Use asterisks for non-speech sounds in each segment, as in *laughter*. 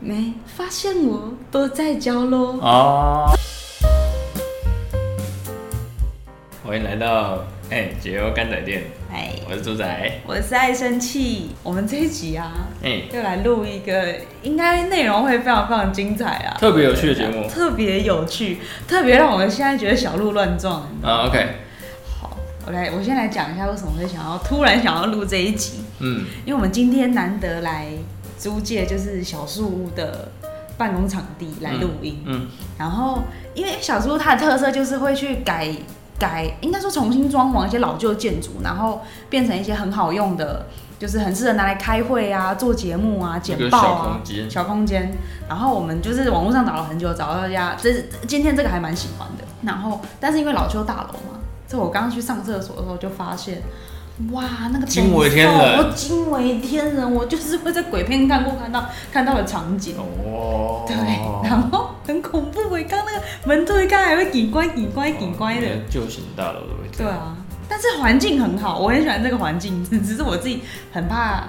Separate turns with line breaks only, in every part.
没发现我躲在角落。
哦。欢迎来到哎解忧干仔店，
哎，
我是猪仔。哎、
我是爱生气。我们这一集啊，又来录一个，应该内容会非常非常精彩啊，
特别有趣的节目
特别有趣，特别让我们现在觉得小鹿乱撞。
啊，OK，
好，我来，我先来讲一下为什么会想要突然想要录这一集，
嗯，
因为我们今天难得来租借就是小树屋的办公场地来录音。
嗯，
然后，因为小猪它的特色就是会去改改，应该说重新装潢一些老旧建筑，然后变成一些很好用的，就是很适合拿来开会啊、做节目啊、
这个
简报
小
啊
空。间，
小空间，然后我们就是网络上找了很久，找到一家，这是今天这个还蛮喜欢的。然后，但是因为老旧大楼嘛，这我刚刚去上厕所的时候就发现，哇，那个
惊为天人
我惊为天人，我就是会在鬼片看过看到看到的场景。
哦，
对，然后很恐怖诶，刚那个门推开还会紧关紧关紧关的。，
旧型大楼的位置，
对，啊，但是环境很好，我很喜欢这个环境，只是我自己很怕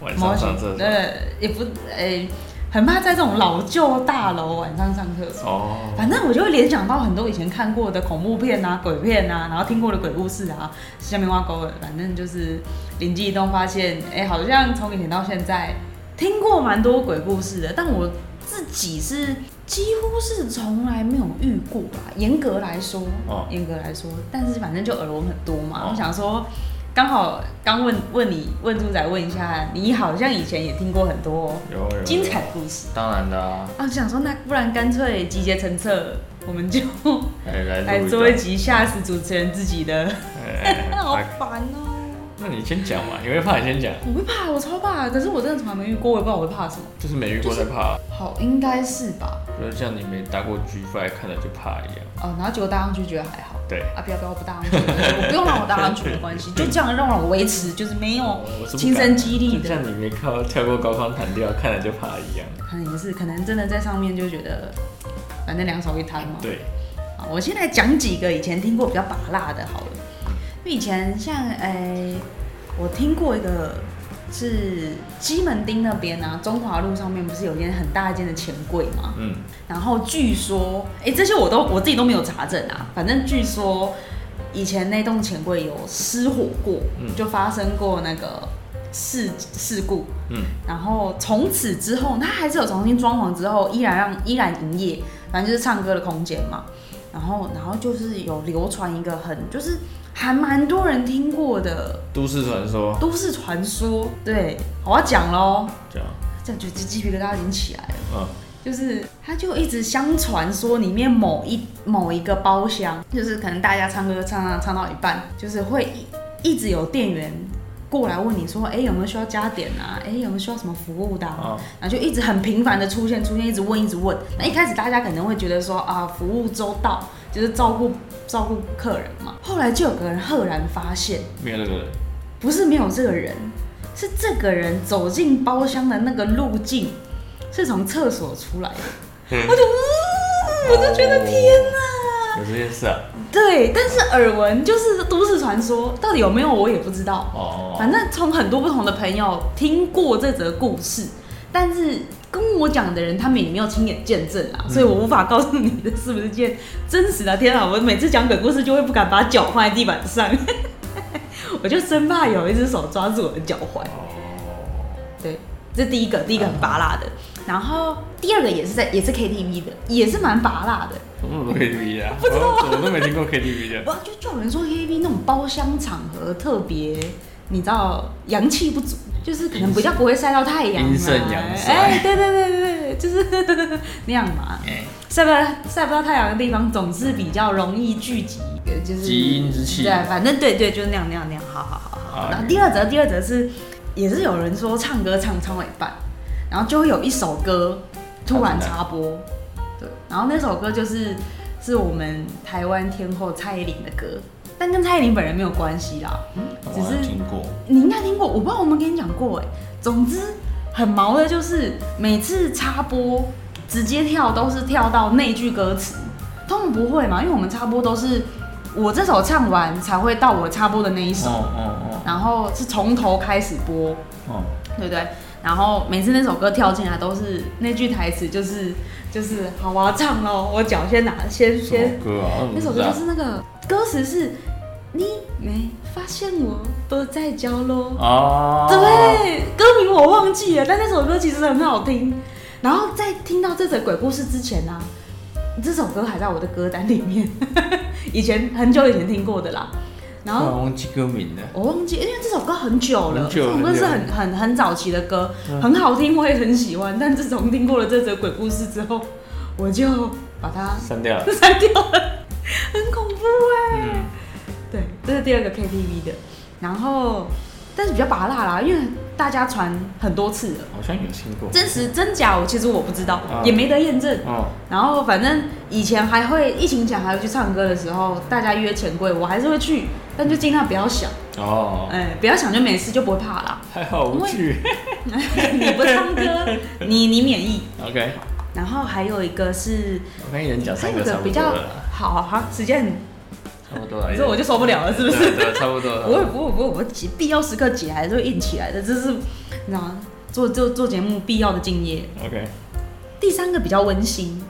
晚上上厕所，
呃，也不诶、很怕在这种老旧大楼晚上上厕所。
哦，
反正我就会联想到很多以前看过的恐怖片啊、鬼片啊，然后听过的鬼故事啊，下面挖沟了。反正就是灵机一动，发现哎、好像从以前到现在听过蛮多鬼故事的，但我自己是几乎是从来没有遇过吧。严格来说
哦，
严、格来说，但是反正就耳闻很多嘛。
哦
我想说，刚好刚问问你问猪仔问一下，你好像以前也听过很多
有有有
精彩，故事。
当然啦、啊，
啊，我想说那不然干脆集结成册，我们就
来哎来
来
录
做一
段，
集吓死主持人自己的，
哎
*laughs* 好烦哦、
那你先讲嘛，你会怕你先讲，
我会怕，我超怕，可是我真的从来没遇过，我也不知道我会怕什么。
就是没遇过再怕，
好，应该是吧？
就是像你没打过 G Five 看了就怕一样，
哦，然后结果搭上去觉得还好。
对
啊，不要不要，不搭上去，我不用让我搭上去没关 *laughs* 系，就这样让我维持，就是没有。
我是不敢
亲身激励的
就像你没靠跳过高空弹跳，看了就怕一样。
可能也是，可能真的在上面就觉得，反正两手一摊嘛。
对，
好，啊我先来讲几个以前听过比较拔辣的好了。因为以前像诶、我听过一个是西门町那边啊，中华路上面不是有一间很大一间的钱柜吗？
嗯，
然后据说，哎、这些我都我自己都没有查证啊，反正据说以前那栋钱柜有失火过，
嗯
就发生过那个事事故，
嗯，
然后从此之后，它还是有重新装潢之后，依然让依然营业，反正就是唱歌的空间嘛。然后，然后就是有流传一个很，就是还蛮多人听过的
都市传说
都市传说。对，我要讲喽，
这样，
这样就鸡鸡皮疙瘩已经起来了。
嗯，
就是他就一直相传说里面某一某一个包厢，就是可能大家唱歌唱唱唱到一半，就是会一一直有店员过来问你说，哎、有没有需要加点啊？哎、有没有需要什么服务的、啊？
啊，
然后就一直很频繁的出现，出现一直问，一直问。那一开始大家可能会觉得说啊，服务周到，就是照顾照顾客人嘛。后来就有个人赫然发现，
没有这个人，
不是没有这个人，是这个人走进包厢的那个路径是从厕所出来的。我就，嗯，我就觉得天哪、
有这件事啊，
对，但是耳闻就是都市传说，到底有没有我也不知道。
哦，
反正从很多不同的朋友听过这则故事，但是跟我讲的人他们也没有亲眼见证啊，
嗯
所以我无法告诉你这是不是件真实的。天啊，我每次讲鬼故事就会不敢把脚放在地板上， *laughs* 我就生怕有一只手抓住我的脚踝。
哦，
对，这第一个，第一个很拔辣的。然后第二个也是在也是 KTV 的，也是蛮拔辣的。
什么都 KTV 啊？不知道，我都没听过 KTV 的。
不就就有人说 KTV 那种包厢场合特别，你知道阳气不足，就是可能比较不会晒到太阳嘛，啊
阴盛阳衰
哎，对对对对对，就是 *laughs* 那样嘛，
哎，
晒不到晒不到太阳的地方总是比较容易聚集，呃就是
基因之气
对，反正对对，就是那样那样那样，好好好好好。
好
然后第二则第二则是也是有人说唱歌唱唱到一半，然后就会有一首歌突然插播，对，然后那首歌就是是我们台湾天后蔡依林的歌，但跟蔡依林本人没有关系啦。只
我
是
好像听过，
你应该听过，我不知道我们跟你讲过哎、总之很毛的就是每次插播直接跳都是跳到那句歌词，通常不会嘛，因为我们插播都是我这首唱完才会到我插播的那一首，
哦哦
然后是从头开始播，
哦哦，
对不对？然后每次那首歌跳进来都是那句台词，就是就是好，我要唱喽，我脚先拿，先
什
先
么歌啊？
那首歌就是那个歌词是“你没发现我躲在角落
哦”，，
对，歌名我忘记了，但那首歌其实很好听。然后在听到这则鬼故事之前呢、这首歌还在我的歌单里面， *laughs* 以前很久以前听过的啦。然
突
后
然忘记歌名了。
我忘记，因为这首歌很久了，
哦很久嗯
这首歌
很久
是很很很早期的歌，很好听，我也很喜欢。但自从听过了这则鬼故事之后，我就把它 *laughs*
删掉了。
删掉了，很恐怖哎、
嗯，
对，这是第二个 KTV 的，然后但是比较拔辣啦，因为大家传很多次了，
好像有听过。
真实真假我其实我不知道，
啊
也没得验证。
哦，
然后反正以前还会疫情前还会去唱歌的时候，大家约钱柜，我还是会去，但就尽量不要想，
哦，
哎、不要想就没事，就不会怕
*laughs*
啦。
还好无趣。
你不唱歌，你你免疫。
OK，
然后还有一个是，
我看一人讲
还
三
有
个
一
差
个
不
比
多
较
了，
好好好，时间很
差不多了。
你说我就受不了了，是不是？
对对，差不多
不会
了。
不会不会，我急必要时刻解还是会硬起来的，这是你知道吗做做做节目必要的敬业。
OK，
第三个比较温馨，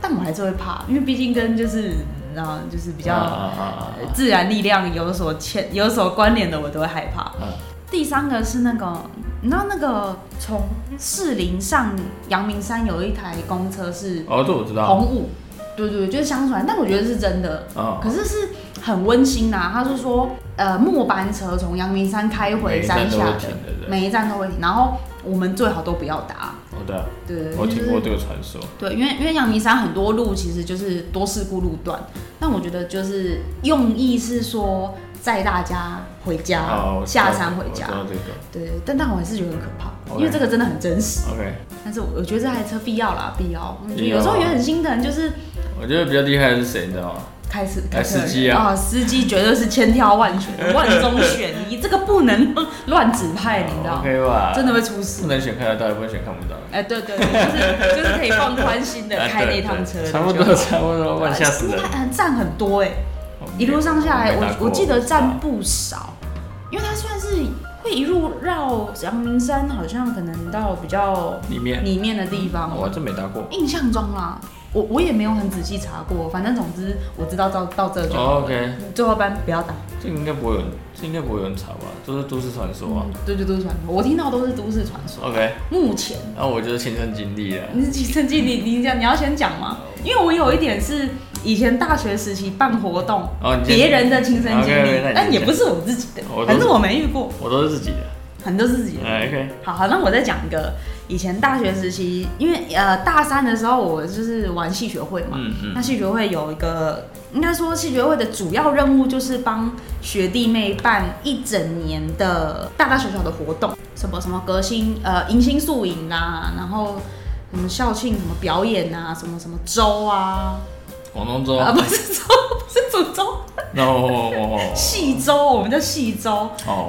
但我还是会怕，因为毕竟跟就是然后就是比
比
较
啊啊啊
呃自然力量有所牵有所关联的，我都会害怕。
啊啊，
第三个是那个，你知道那个从士林上阳明山有一台公车是
哦，这我知道。
红雾，对对，对就是相传，但我觉得是真的。
哦，
可是是很温馨呐、他是说，呃，末班车从阳明山开回山下
每一站都会停的对
每一站都会停，然后我们最好都不要搭，
哦对啊，
对对对，
我听过
就是
这个传说。
对，因为因为阳明山很多路其实就是多事故路段，但我觉得就是用意是说载大家回家，
哦，我知
嗯
道
下山回家
我知，道这哦个。
对，但但我还是觉得很可怕
OK
因为这个真的很真实。
OK，
但是我我觉得这台车必要啦，必要。我觉得
必要啊
有时候也很心疼，就是
我觉得比较厉害的是谁，你知道吗？
开车开
哎
车的人
司机啊
司机绝对是千挑万选，万中选一，这个不能乱指派，你知道，
哦 OK 吧？
真的会出事
不。能选看得到，也不能选看不到。
哎，对对，对就是 *laughs* 就是可以放宽心的
啊
开那
对
趟车
对
的就
差
好，哎
不多，差不多，万吓死人
那。它站很多哎， *laughs* 一路上下来，
没搭
我
过
我记得站不少，因为它算是会一路绕阳明山，好像可能到比较
里面，哦
里面的地方。
我真没搭过。
印象中啦，我我也没有很仔细查过，反正总之我知道到到这就好。
哦 OK，
最后班不要打，
这应该不会有人，这应该不会有人查吧？这是都市传说啊。
对对都市传说，我听到都是都市传说。
OK，
目前
然后我就是亲身经历了。
你是趁机你你讲你要先讲嘛，因为我有一点是以前大学时期办活动，
哦，你先
别人的亲身经
OK，OK，那
历
你，
但也
讲
不是我自己的
我，都
反正我没遇过，
我都是自己的。
很多是自己的。
哎 OK，
好好，那我再讲一个，以前大学时期，因为呃大三的时候我就是玩戏学会嘛，
嗯嗯，
那戏学会有一个，应该说戏学会的主要任务就是帮学弟妹办一整年的大大小小的活动，什么什么革新呃迎新宿营啦，然后什么校庆什么表演啊，什么什么周啊，
广东粥
啊，不是周，不是主周，
嗯那我我我
戏周，我们叫戏周，
哦，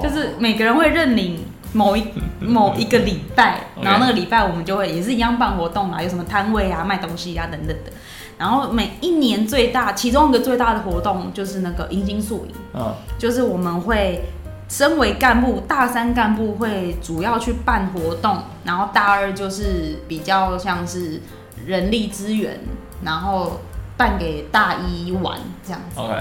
*laughs*
嗯
就是每个人会认领某一某一个礼拜，
OK
然后那个礼拜我们就会也是一样办活动啊，有什么摊位啊、卖东西啊等等的。然后每一年最大，其中一个最大的活动就是那个迎新宿营，
嗯
就是我们会身为干部，大三干部会主要去办活动，然后大二就是比较像是人力资源，然后办给大一玩这样子。
OK，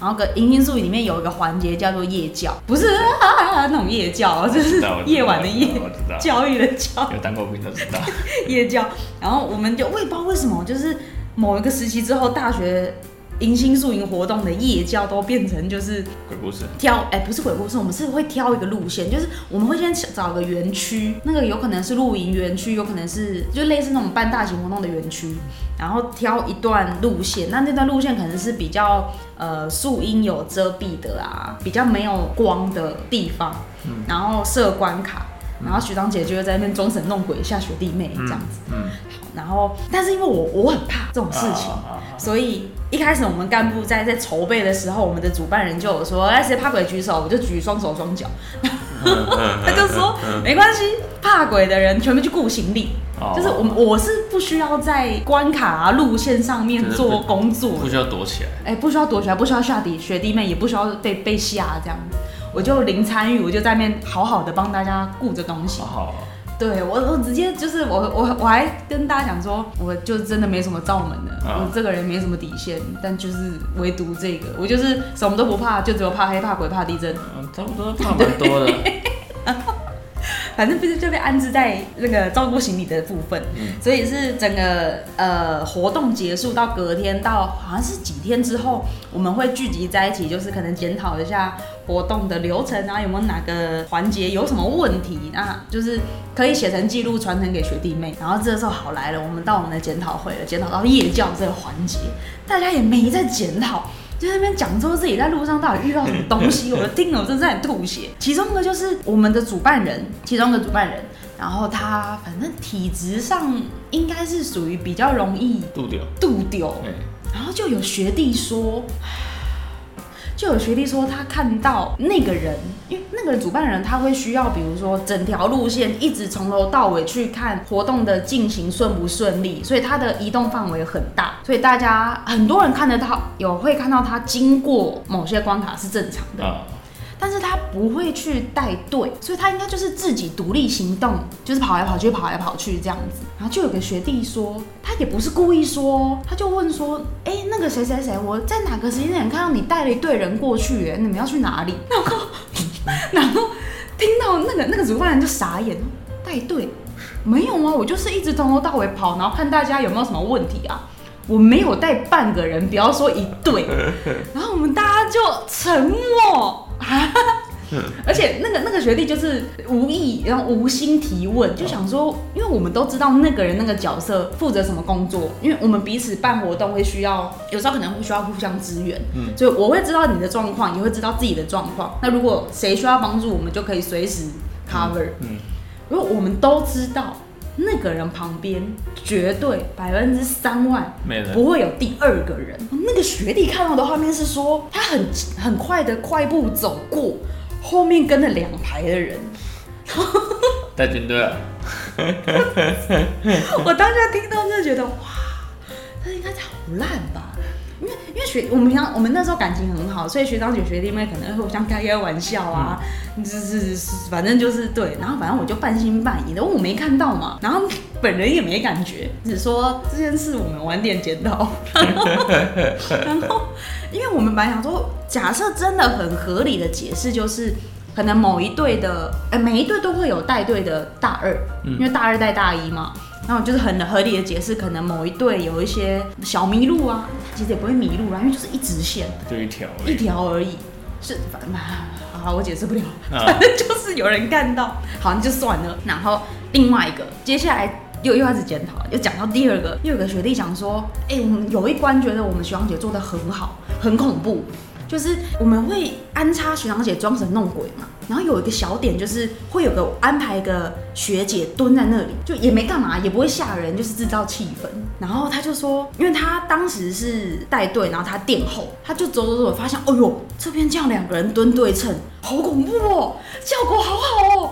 然后个迎新宿里面有一个环节叫做夜教，不是 *laughs* 啊啊啊啊那种夜教，就
知
是
道我知道
夜晚的夜，
我知道，
教育的教，
有当过兵都知道。
夜教。然后我们就我也不知道为什么，就是某一个时期之后，大学迎新宿营活动的夜教都变成就是
鬼故事，
挑，哎、不是鬼故事，我们是会挑一个路线，就是我们会先找个园区，那个有可能是露营园区，有可能是就类似那种办大型活动的园区，然后挑一段路线，那那段路线可能是比较呃树荫有遮蔽的啊，比较没有光的地方，
嗯
然后设关卡。然后学长姐就会在那边装神弄鬼吓学弟妹 *laughs* 这样子，
嗯，
然后但是因为我我很怕这种事情，
啊啊
所以一开始我们干部在在筹备的时候，我们的主办人就有说，哎，谁怕鬼举手，我就举双手双脚。
啊嗯
*laughs* 他就说没关系，怕鬼的人全部去顾行李，
啊
就是我们我是不需要在关卡啊路线上面做工作的
不需要躲起来，
哎、不需要躲起来，不需要吓弟学弟妹，也不需要被被吓这样。我就零参与，我就在那边好好的帮大家顾着东西
好。好啊，
对我，我直接就是我，我我还跟大家讲说，我就真的没什么罩门的，
啊
我这个人没什么底线，但就是唯独这个，我就是什么都不怕，就只有怕黑、怕鬼、怕地震，
嗯差不多差蛮多的。
*laughs* 反正不是就被安置在那个照顾行李的部分，
嗯
所以是整个呃活动结束到隔天到好像是几天之后，我们会聚集在一起，就是可能检讨一下活动的流程啊，有没有哪个环节有什么问题，那就是可以写成记录传承给学弟妹。然后这时候好来了，我们到我们的检讨会了，检讨到夜教这个环节，大家也没在检讨。就在那边讲说自己在路上到底遇到什么东西，我的听了我真的在吐血。其中一个就是我们的主办人，其中一个主办人，然后他反正体质上应该是属于比较容易
度
*laughs*
丢，
度丢，
哎，
然后就有学弟说， *sighs* 就有学弟说他看到那个人，因为那个主办人他会需要，比如说整条路线一直从头到尾去看活动的进行顺不顺利，所以他的移动范围很大，所以大家很多人看得到，有会看到他经过某些关卡是正常的。
啊，
但是他不会去带队，所以他应该就是自己独立行动，就是跑来跑去，跑来跑去这样子。然后就有个学弟说，他也不是故意说哦，他就问说，哎、那个谁谁谁，我在哪个时间点看到你带了一队人过去、哎，你们要去哪里？然后，然后听到那个那个主办人就傻眼，带队没有啊，我就是一直从头到尾跑，然后看大家有没有什么问题啊。我没有带半个人，不要说一队，然后我们大家就沉默 *laughs* 啊。而且那个那个学弟就是无意，然后无心提问，就想说，因为我们都知道那个人那个角色负责什么工作，因为我们彼此办活动会需要，有时候可能会需要互相支援，
嗯
所以我会知道你的状况，也会知道自己的状况。那如果谁需要帮助，我们就可以随时 cover。
嗯，
如果我们都知道那个人旁边绝对百分之三万
没人，
不会有第二个人。那个学弟看到的画面是说，他很很快的快步走过，后面跟了两排的人。
带军队啊，
我当下听到就觉得，哇，这应该是好烂吧？因为因为学我们平常我们那时候感情很好，所以学长姐学弟妹可能会互相开开玩笑啊，就是反正就是对，然后反正我就半信半疑的，因为我没看到嘛，然后本人也没感觉，只说这件事我们晚点检讨。然后，因为我们本来想说，假设真的很合理的解释就是，可能某一队的，哎、每一队都会有带队的大二，
嗯
因为大二带大一嘛。然后就是很合理的解释，可能某一队有一些小迷路啊，其实也不会迷路啦，啊因为就是一直线
就一条而
一
已，
条而已，是反正好，我解释不了，
啊
反正 *laughs* 就是有人看到，好，那就算了。然后另外一个，接下来又又开始检讨，又讲到第二个，又有个学弟想说，哎、我们有一关觉得我们学长姐做的很好，很恐怖，就是我们会安插学长姐装神弄鬼嘛。然后有一个小点就是会有个安排一个学姐蹲在那里，就也没干嘛，也不会吓人，就是制造气氛。然后他就说，因为他当时是带队，然后他垫后，他就走走走，发现，哦呦，这边这样两个人蹲对称，好恐怖哦，效果好好哦。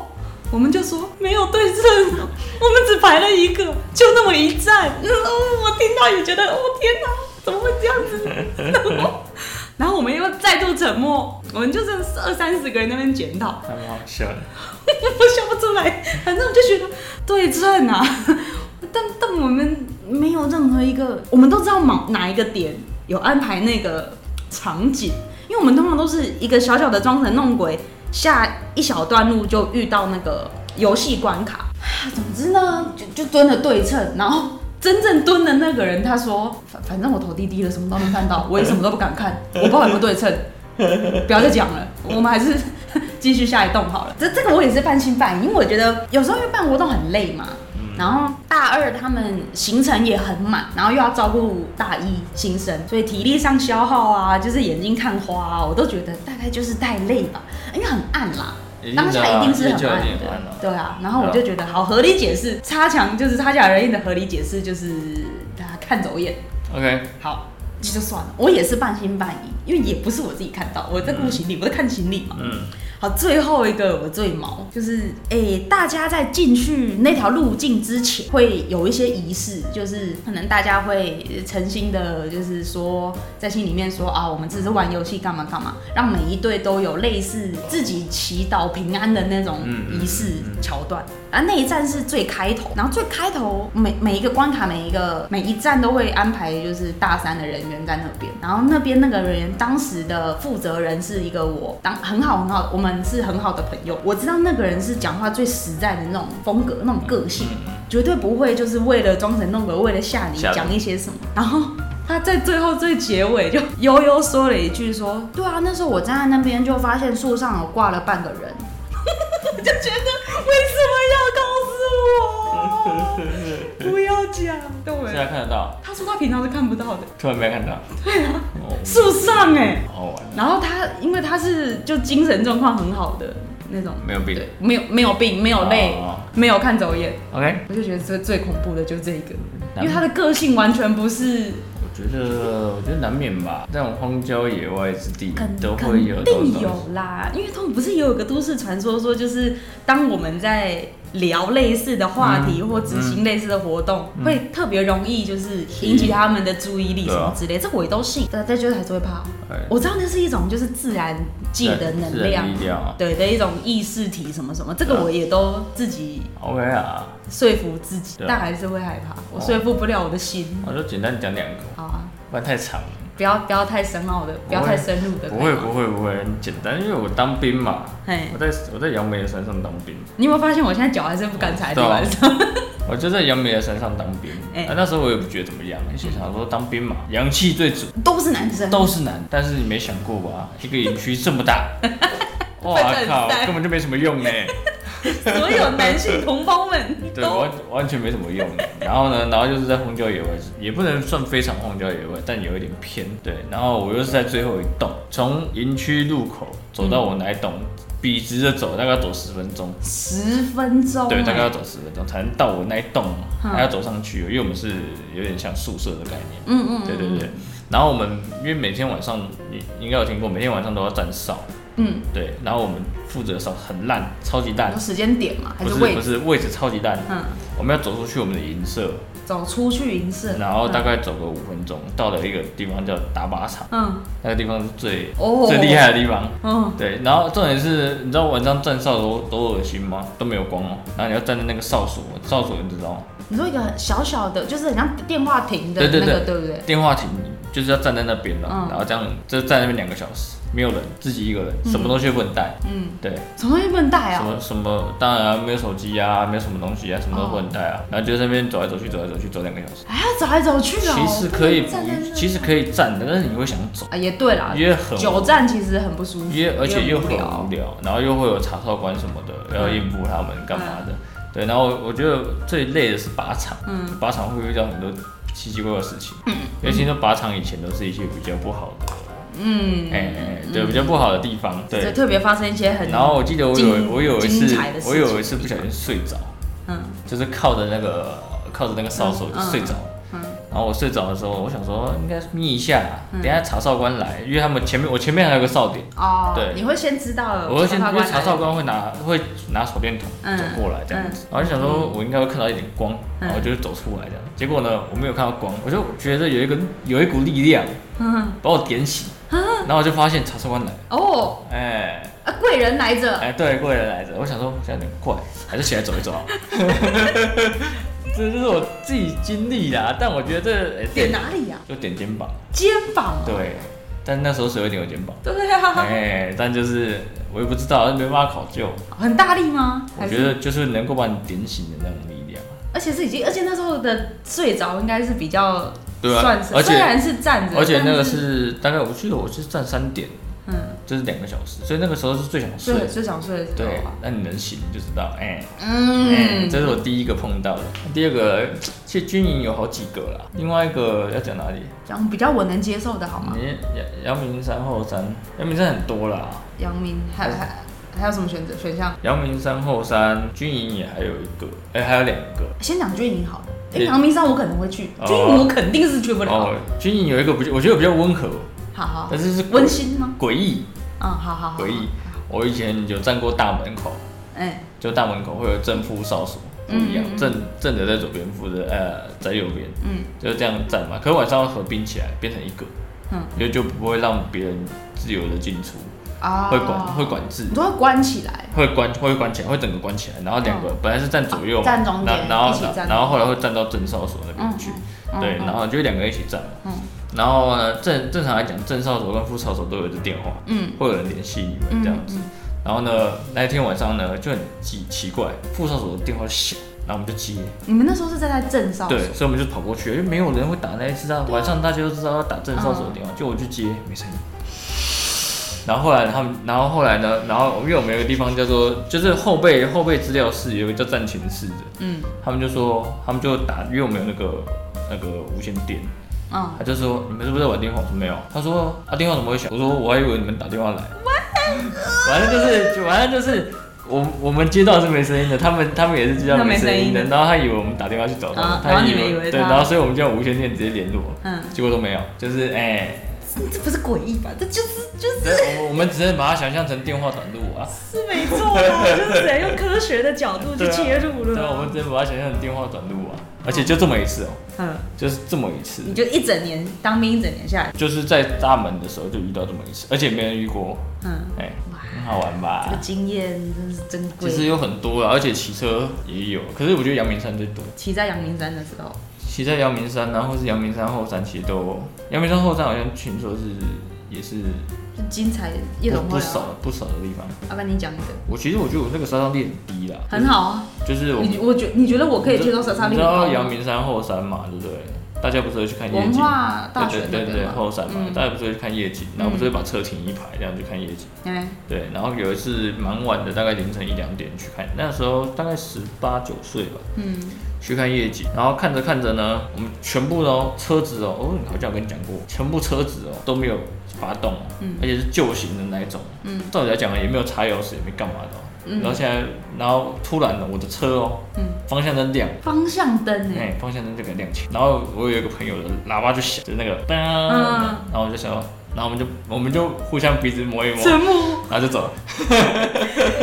我们就说没有对称，我们只排了一个，就那么一站。 *laughs* 嗯哦，我听到也觉得，哦天哪，怎么会这样子？ *laughs* 然后然后我们又再度沉默，我们就剩二三十个人在那边检讨。
还蛮好笑的。
*laughs* 我笑不出来，反正我就觉得对称啊， *laughs* 但但我们没有任何一个，我们都知道某哪一个点有安排那个场景，因为我们通常都是一个小小的装神弄鬼，下一小段路就遇到那个游戏关卡。啊 *sighs* 总之呢，就就蹲了对称，然后 *laughs* 真正蹲的那个人他说，反反正我头低低了，什么都没看 *laughs* 到，我也什么都不敢看，我不知道有没有对 *laughs* 称。不要再讲了，我们还是继续下一栋好了。这这个我也是半信半疑，因为我觉得有时候因为办活动很累嘛，然后大二他们行程也很满，然后又要照顾大一新生，所以体力上消耗啊，就是眼睛看花啊，我都觉得大概就是太累吧，因为很暗啦。
已经
当下
的啊
一定是
因为
很
就
暗
已经
的
很暗了，
对啊。然后我就觉得好合理解释，差强就是差强人意的合理解释就是大家看走眼，
OK，
好，这就算了。我也是半信半疑，因为也不是我自己看到，我在顾行李，我在看行李嘛。
嗯，
好，最后一个我最毛，就是诶、大家在进去那条路径之前，会有一些仪式，就是可能大家会呃诚心的，就是说在心里面说啊，我们只是玩游戏干嘛干嘛，让每一队都有类似自己祈祷平安的那种
嗯嗯
仪式
嗯嗯
桥段。然后那一站是最开头，然后最开头每每一个关卡每一个每一站都会安排就是大三的人员在那边，然后那边那个人员当时的负责人是一个我当很好很好，我们是很好的朋友，我知道那个人是讲话最实在的那种风格那种个性，
嗯
绝对不会就是为了装神弄鬼，为了吓你
吓你
讲一些什么，然后。他在最后最结尾就悠悠说了一句说：“对啊，那时候我站在那边就发现树上有挂了半个人， *laughs* 我就觉得为什么要告诉我？不要讲，
现
对。
在看得到，
他说他平常是看不到的，
突然没看到，
对啊，
*laughs* 哦，
树上哎、
好玩，
然后他因为他是就精神状况很好的那种，
没有病
对，没有没有病，没有累，
哦
没有看走眼，
，OK，
我就觉得这最恐怖的就是这一个，因
难
为他的个性完全不是
我觉得，我觉得难免吧，这种荒郊野外之地
肯
都会有
肯
这种
定
东西。
有啦，因为他们不是也有个都市传说说，就是当我们在聊类似的话题
嗯
或执行类似的活动，
嗯
会特别容易就是引起他们的注意力
对
什
啊
么之类，这我也都信。对，在就是还是会怕。
哎
我知道那是一种就是自然界的能
自然
量
力，量啊
对的一种意识体什么什么，这
对
个
啊
我也都自己
，OK 啊，
说服自己，
对啊
但还是会害怕，我
哦
说服不了我的心。
我就简单讲两个，
好啊，
不然太长了。
不要不要太深奥的，不要
不
太
会
深入的。
不会不会不会，很简单，因为我当兵嘛，
嘿
我在我在杨梅的山上当兵，
你有没有发现我现在脚还是不敢踩地
啊
板 *laughs* 上？
我就在杨梅的山上当兵。
哎
啊，那时候我也不觉得怎么样，心想说当兵嘛，阳气最足，
都是男生，
都是男，但是你没想过吧，一个营区这么
*laughs*
大，哇
分得很
靠
散，
根本就没什么用呢。
*laughs* 所有男性同胞们
对，
都
完完全没什么用。然后呢，然后就是在荒郊野外，也不能算非常荒郊野外，但有一点偏。对，然后我又是在最后一栋，从营区入口走到我那一栋，笔直的走，大概要走十分钟。
十分钟，
对，大概要
哎
走十分钟才能到我那一栋，
嗯
还要走上去，因为我们是有点像宿舍的概念。
嗯嗯，
对对对。然后我们因为每天晚上你应该有听过，每天晚上都要站哨。
嗯，
对，然后我们负责哨很烂，超级
有
烂，
时间点嘛，还
不是
位
不
置？
是位置超级烂。
嗯，
我们要走出去我们的营舍，
走出去银色，
然后大概走个五分钟，到了一个地方叫打靶场，
嗯
那个地方是最、
哦
最厉害的地方。
嗯，
对，然后重点是，你知道晚上站哨多多恶心吗？都没有光哦，然后你要站在那个哨所，哨所你知道吗？
你说一个小小的，就是很像电话亭的
对对
那个，
对
对不对？
电话亭就是要站在那边了，
嗯
然后这样就站在那边两个小时，没有人，自己一个人，什么东西都不能带，
嗯，
对，
什么东西不能带
什
啊？
么什么，当然、啊、没有手机啊，没有什么东西啊，什么都不能带
嗯
啊，然后就在那边走来走去，走来走去，走两个小时。
还要走来走去哦。
其实可以
不能站在那，
其实可以站的，但是你会想走，
啊，也对啦，
因为很
久站其实很不舒服，
因为而且又
无
很
聊嗯
无，聊，然后又会有查哨官什么的，要应付他们干嘛的。对，然后我觉得最累的是靶场，
嗯，
靶场会遇到很多奇奇怪怪的事情，尤其是靶场以前都是一些比较不好的，
嗯，
哎哎、对，比较不好的地方，
就
对。
特别发生一些很，
然后我记得我
精
有我有一
精
次
彩的事情
我有一次不小心睡着，
嗯
就是靠着那个靠着那个哨手
嗯
就
嗯
睡着了。
嗯
然后我睡着的时候，我想说应该眯一下，等一下查哨官来，因为他们前面我前面还有个哨点，
哦，
对
你会先知道了，
我会先
察官
因为
来
查哨官会拿会拿手电筒
嗯
走过来这样子，然后就想说我应该会看到一点光，
嗯
然后就走出来这样。结果呢，我没有看到光，我就觉得有一个有一股力量
嗯
把我点醒，然后我就发现查哨官来了，
哦，
哎
啊，贵人来着，
哎，对，过来来着。我想说现在有点怪，还是起来走一走好了。 *laughs* 这就是我自己经历啦，但我觉得这哎
点
这
哪里呀？啊
就点肩膀。
肩膀，，
对，但那时候手有点有肩膀，
对呀，
哎、但就是我也不知道，没办法考究。
很大力吗？
我
还
觉
是，
得就是能够把你点醒的那种力量。啊
而且是已经，而且那时候的睡着应该是比较，
对啊
算是
而且
虽然是站着，
而且那个
但，
是大概，我记得我是站三点，
嗯，
就是两个小时，所以那个时候是最想睡
最。最想睡的时
对
候啊，，
那你能醒就知道，哎、哎，
嗯
这，是我第一个碰到的。第二个，其实军营有好几个啦。另外一个要讲哪里？
讲比较我能接受的好吗？
你阳阳明山后山，阳明山很多啦。
阳明还还还有什么选择选项？
阳明山后山，军营也还有一个，哎、还有两个。
先讲军营好了，因为
也
阳明山我可能会去，
嗯哦
军营我肯定是去不了。
哦，军营有一个比较，我觉得比较温和，
好好
但，是是
温馨吗？
诡异
嗯，好好好，
诡异。我以前有站过大门口，
哎，
就大门口会有正副哨所不一样，正正的在左边，副的呃在右边，
嗯
就这样站嘛。可是晚上要合并起来变成一个，
嗯
因为就不会让别人自由的进出。
啊
会管会管制
你，都会关起来，
会关会关起来，会整个关起来，然后两个本来是站左右嘛，
哦站中间
然然
一起
后
站
然后后来会站到正哨所那
嗯
边去，
嗯，
对，
嗯
然后就两个一起站嘛，
嗯
然后呢正正常来讲，正哨所跟副哨所都有一个电话，
嗯
会有人联系你们
嗯
这样子。然后呢，那一天晚上呢就很奇奇怪，副哨所的电话响，然后我们就接，
你们那时候是站在镇哨所，
对，所以我们就跑过去，因为没有人会打那一次啊，晚上大家都知道要打正哨手的电话，就我去接，没声音。然后后来他们，然后后来呢，然后因为我们有一个地方叫做，就是后备后备资料室有一个叫战情室的，
嗯
他们就说，他们就打，因为我们有那个那个无线电，
嗯，
他就说你们是不是在玩电话？我说没有。他说啊，电话怎么会响？我说我还以为你们打电话来。反正就是，就反正就是，我我们接到是没声音的，他们他们也是接到
那没
没声音的，
声音
然后他以为我们打电话去找他
啊然
们，他
后你们以为
对，
他
然后所以我们就用无线电直接联络，
嗯
结果都没有，就是哎。
*laughs* 这不是诡异吧？这就是就是
对我们我们只能把它想象成电话短路啊，
是没错啊，
*laughs*
就是只能用科学的角度去
对啊
切入
对
了。
啊，我们只能把它想象成电话短路啊，而且就这么一次哦、
嗯，
就是这么一次，
你就一整年当兵一整年下来，
就是在大门的时候就遇到这么一次，而且没人遇过，
嗯，
哎、很好玩吧？
这个经验真是珍
啊其实
贵。
有很多啊啦，而且骑车也有，可是我觉得阳明山最多。
骑在阳明山的时候，
骑在阳明山啊，或是阳明山后山，其实都阳明山后山好像听说是也是
就精彩夜总
不
会
不
啊。
少嗯不少的地方。
阿凡，你讲一个，
我其实我觉得我那个杀伤力很低啦，
很好啊。
就是我
你我觉你觉得我可以接受莎莎力
你知
很
道
高
阳
吗？
明山后山嘛，对不对？大家不是会去看夜
文
景？
化大
对
学
对
那
对对，
边吗？
后山嘛，
嗯
大家不是会去看夜景，然后不是会把车停一排，这样去看夜景。
哎，
对，然后有一次蛮晚的，大概凌晨一两点去看，那时候大概十八九岁吧，
嗯，
去看夜景，然后看着看着呢，我们全部哦车子哦，哦好像有跟你讲过，全部车子哦都没有发动哦，
嗯
而且是旧型的那一种，
嗯，
照理来讲也没有插钥匙，也没干嘛的、哦，
嗯
然后现在，然后突然呢，我的车哦，
嗯，
方向灯亮，
方向灯哎，
哎、方向灯就给亮起，然后我有一个朋友的喇叭就响，就是那个当，
嗯
然后我就想说，然后我们就我们就互相鼻子摸一摸，
沉默。
然后就
*laughs*
走了，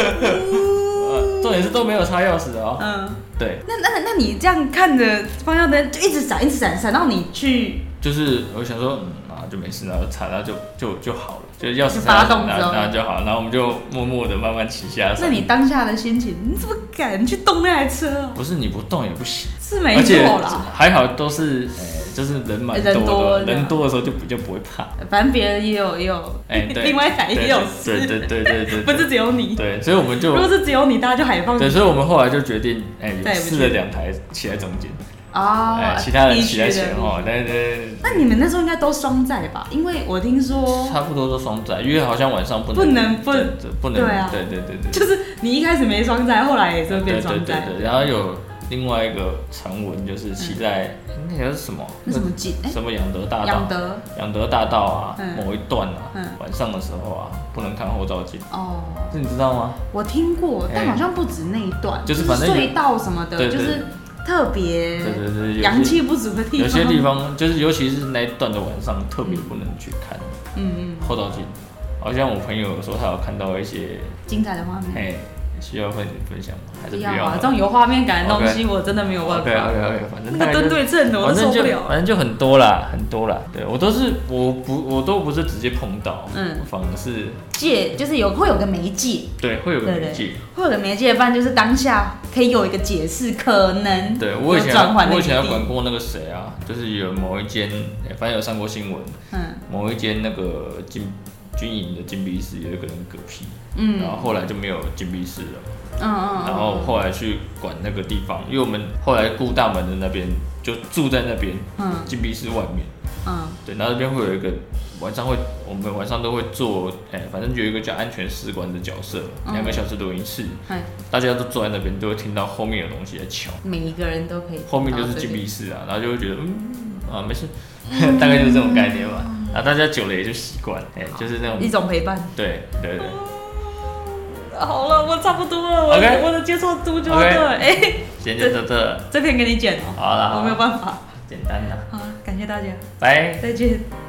呃重点是都没有插钥匙的哦，
嗯，
对，
那那那你这样看着方向灯就一直闪，一直闪，闪到你去
就是我想说，嗯啊，就没事，然后踩它就就就好了，就钥匙
就发动
然
之
后
后
然后就好，然后我们就默默的慢慢骑下
那
山。
你当下的心情，你怎么敢去动那台车啊？
不是你不动也不行，
是
而
没
且
错啦，
还好都是，呃，就是人蛮
人
多
多
的，
这样
人多的时候就比较不会怕。
反正别人也有也有，
哎，对，
另外一台也有
对
事，
对对对对，对
不是只有你。
对，所以我们
如
就
果是只有你，大家就海放
对，所以我们后来就决定，哎，
再也不去
试了两台骑在中间，哎
啊，，
其他哦人
必
骑
须
在
的
前后，对对对，
那你们那时候应该都双载吧？因为我听说，
差不多都双载，因为好像晚上不能
不能不
对对不能
对啊
对对对对。
就是你一开始没双载，后来也是变双载
对对。对对，然后有另外一个传闻，就是骑
嗯
在那个是什么？
那什么景？哎，
什么养德
养
大道？啊
德
养德大道啊，
嗯
某一段啊
嗯，
晚上的时候啊，不能看后照镜，
哦，
这你知道吗？
我听过，但
哎
好像不止那一段，
就是反正有
隧道什么
对
的，
对
就是特别
对对对，
阳嗯
有些
气不足的地方。
有些地，方就是尤其是那一段的晚上，特别不能去看
嗯嗯，
后照镜。好像我朋友说他有看到一些，
精彩的画面。
哎，需要分分享吗？还
不
是不
要
要
啊！这种有画面感的东西，我真的没有办
OK
法。
OK OK，反正
那
大
个
概
蹲
就是
对称的，我
反
都受
正
不
就
了。
反正就很多啦，很多啦。对我都是我不我都不是直接碰到，
嗯
反而是
界就是有会有个媒介，
对会有个
对
媒
对
介。
会有个媒介，不然就是当下可以有一个解释，可能
对我以
有
前
转换的
我以前
余
还
地
管过那个谁啊，就是有某一间，哎反正有上过新闻，
嗯
某一间那个禁军营的禁闭室有一个人嗝屁，
嗯
然后后来就没有禁闭室了。
嗯嗯，
然后后来去管那个地方，因为我们后来顾大门的那边就住在那边
嗯
禁闭室外面。
嗯
对，然后那边会有一个晚上会，我们晚上都会做，哎、反正就有一个叫安全士官的角色，
嗯
两、个小时录音室，
哎，
大家都坐在那边，都会听到后面有东西在敲，
每一个人都可以。
后面就是禁，闭室啊，然后就会觉得，嗯，啊，没事，
嗯
*laughs* 大概就是这种概念吧。啊，大家久了也就习惯，哎、就是那种
一，种陪伴。
对对对，
好了，我差不多了，我
OK
我的接受度就到这了。哎，
今天就到这，
这篇给你剪哦，
好啦，
我没有办法。
简单啦，
好，感谢大家，
拜。
再见。
拜。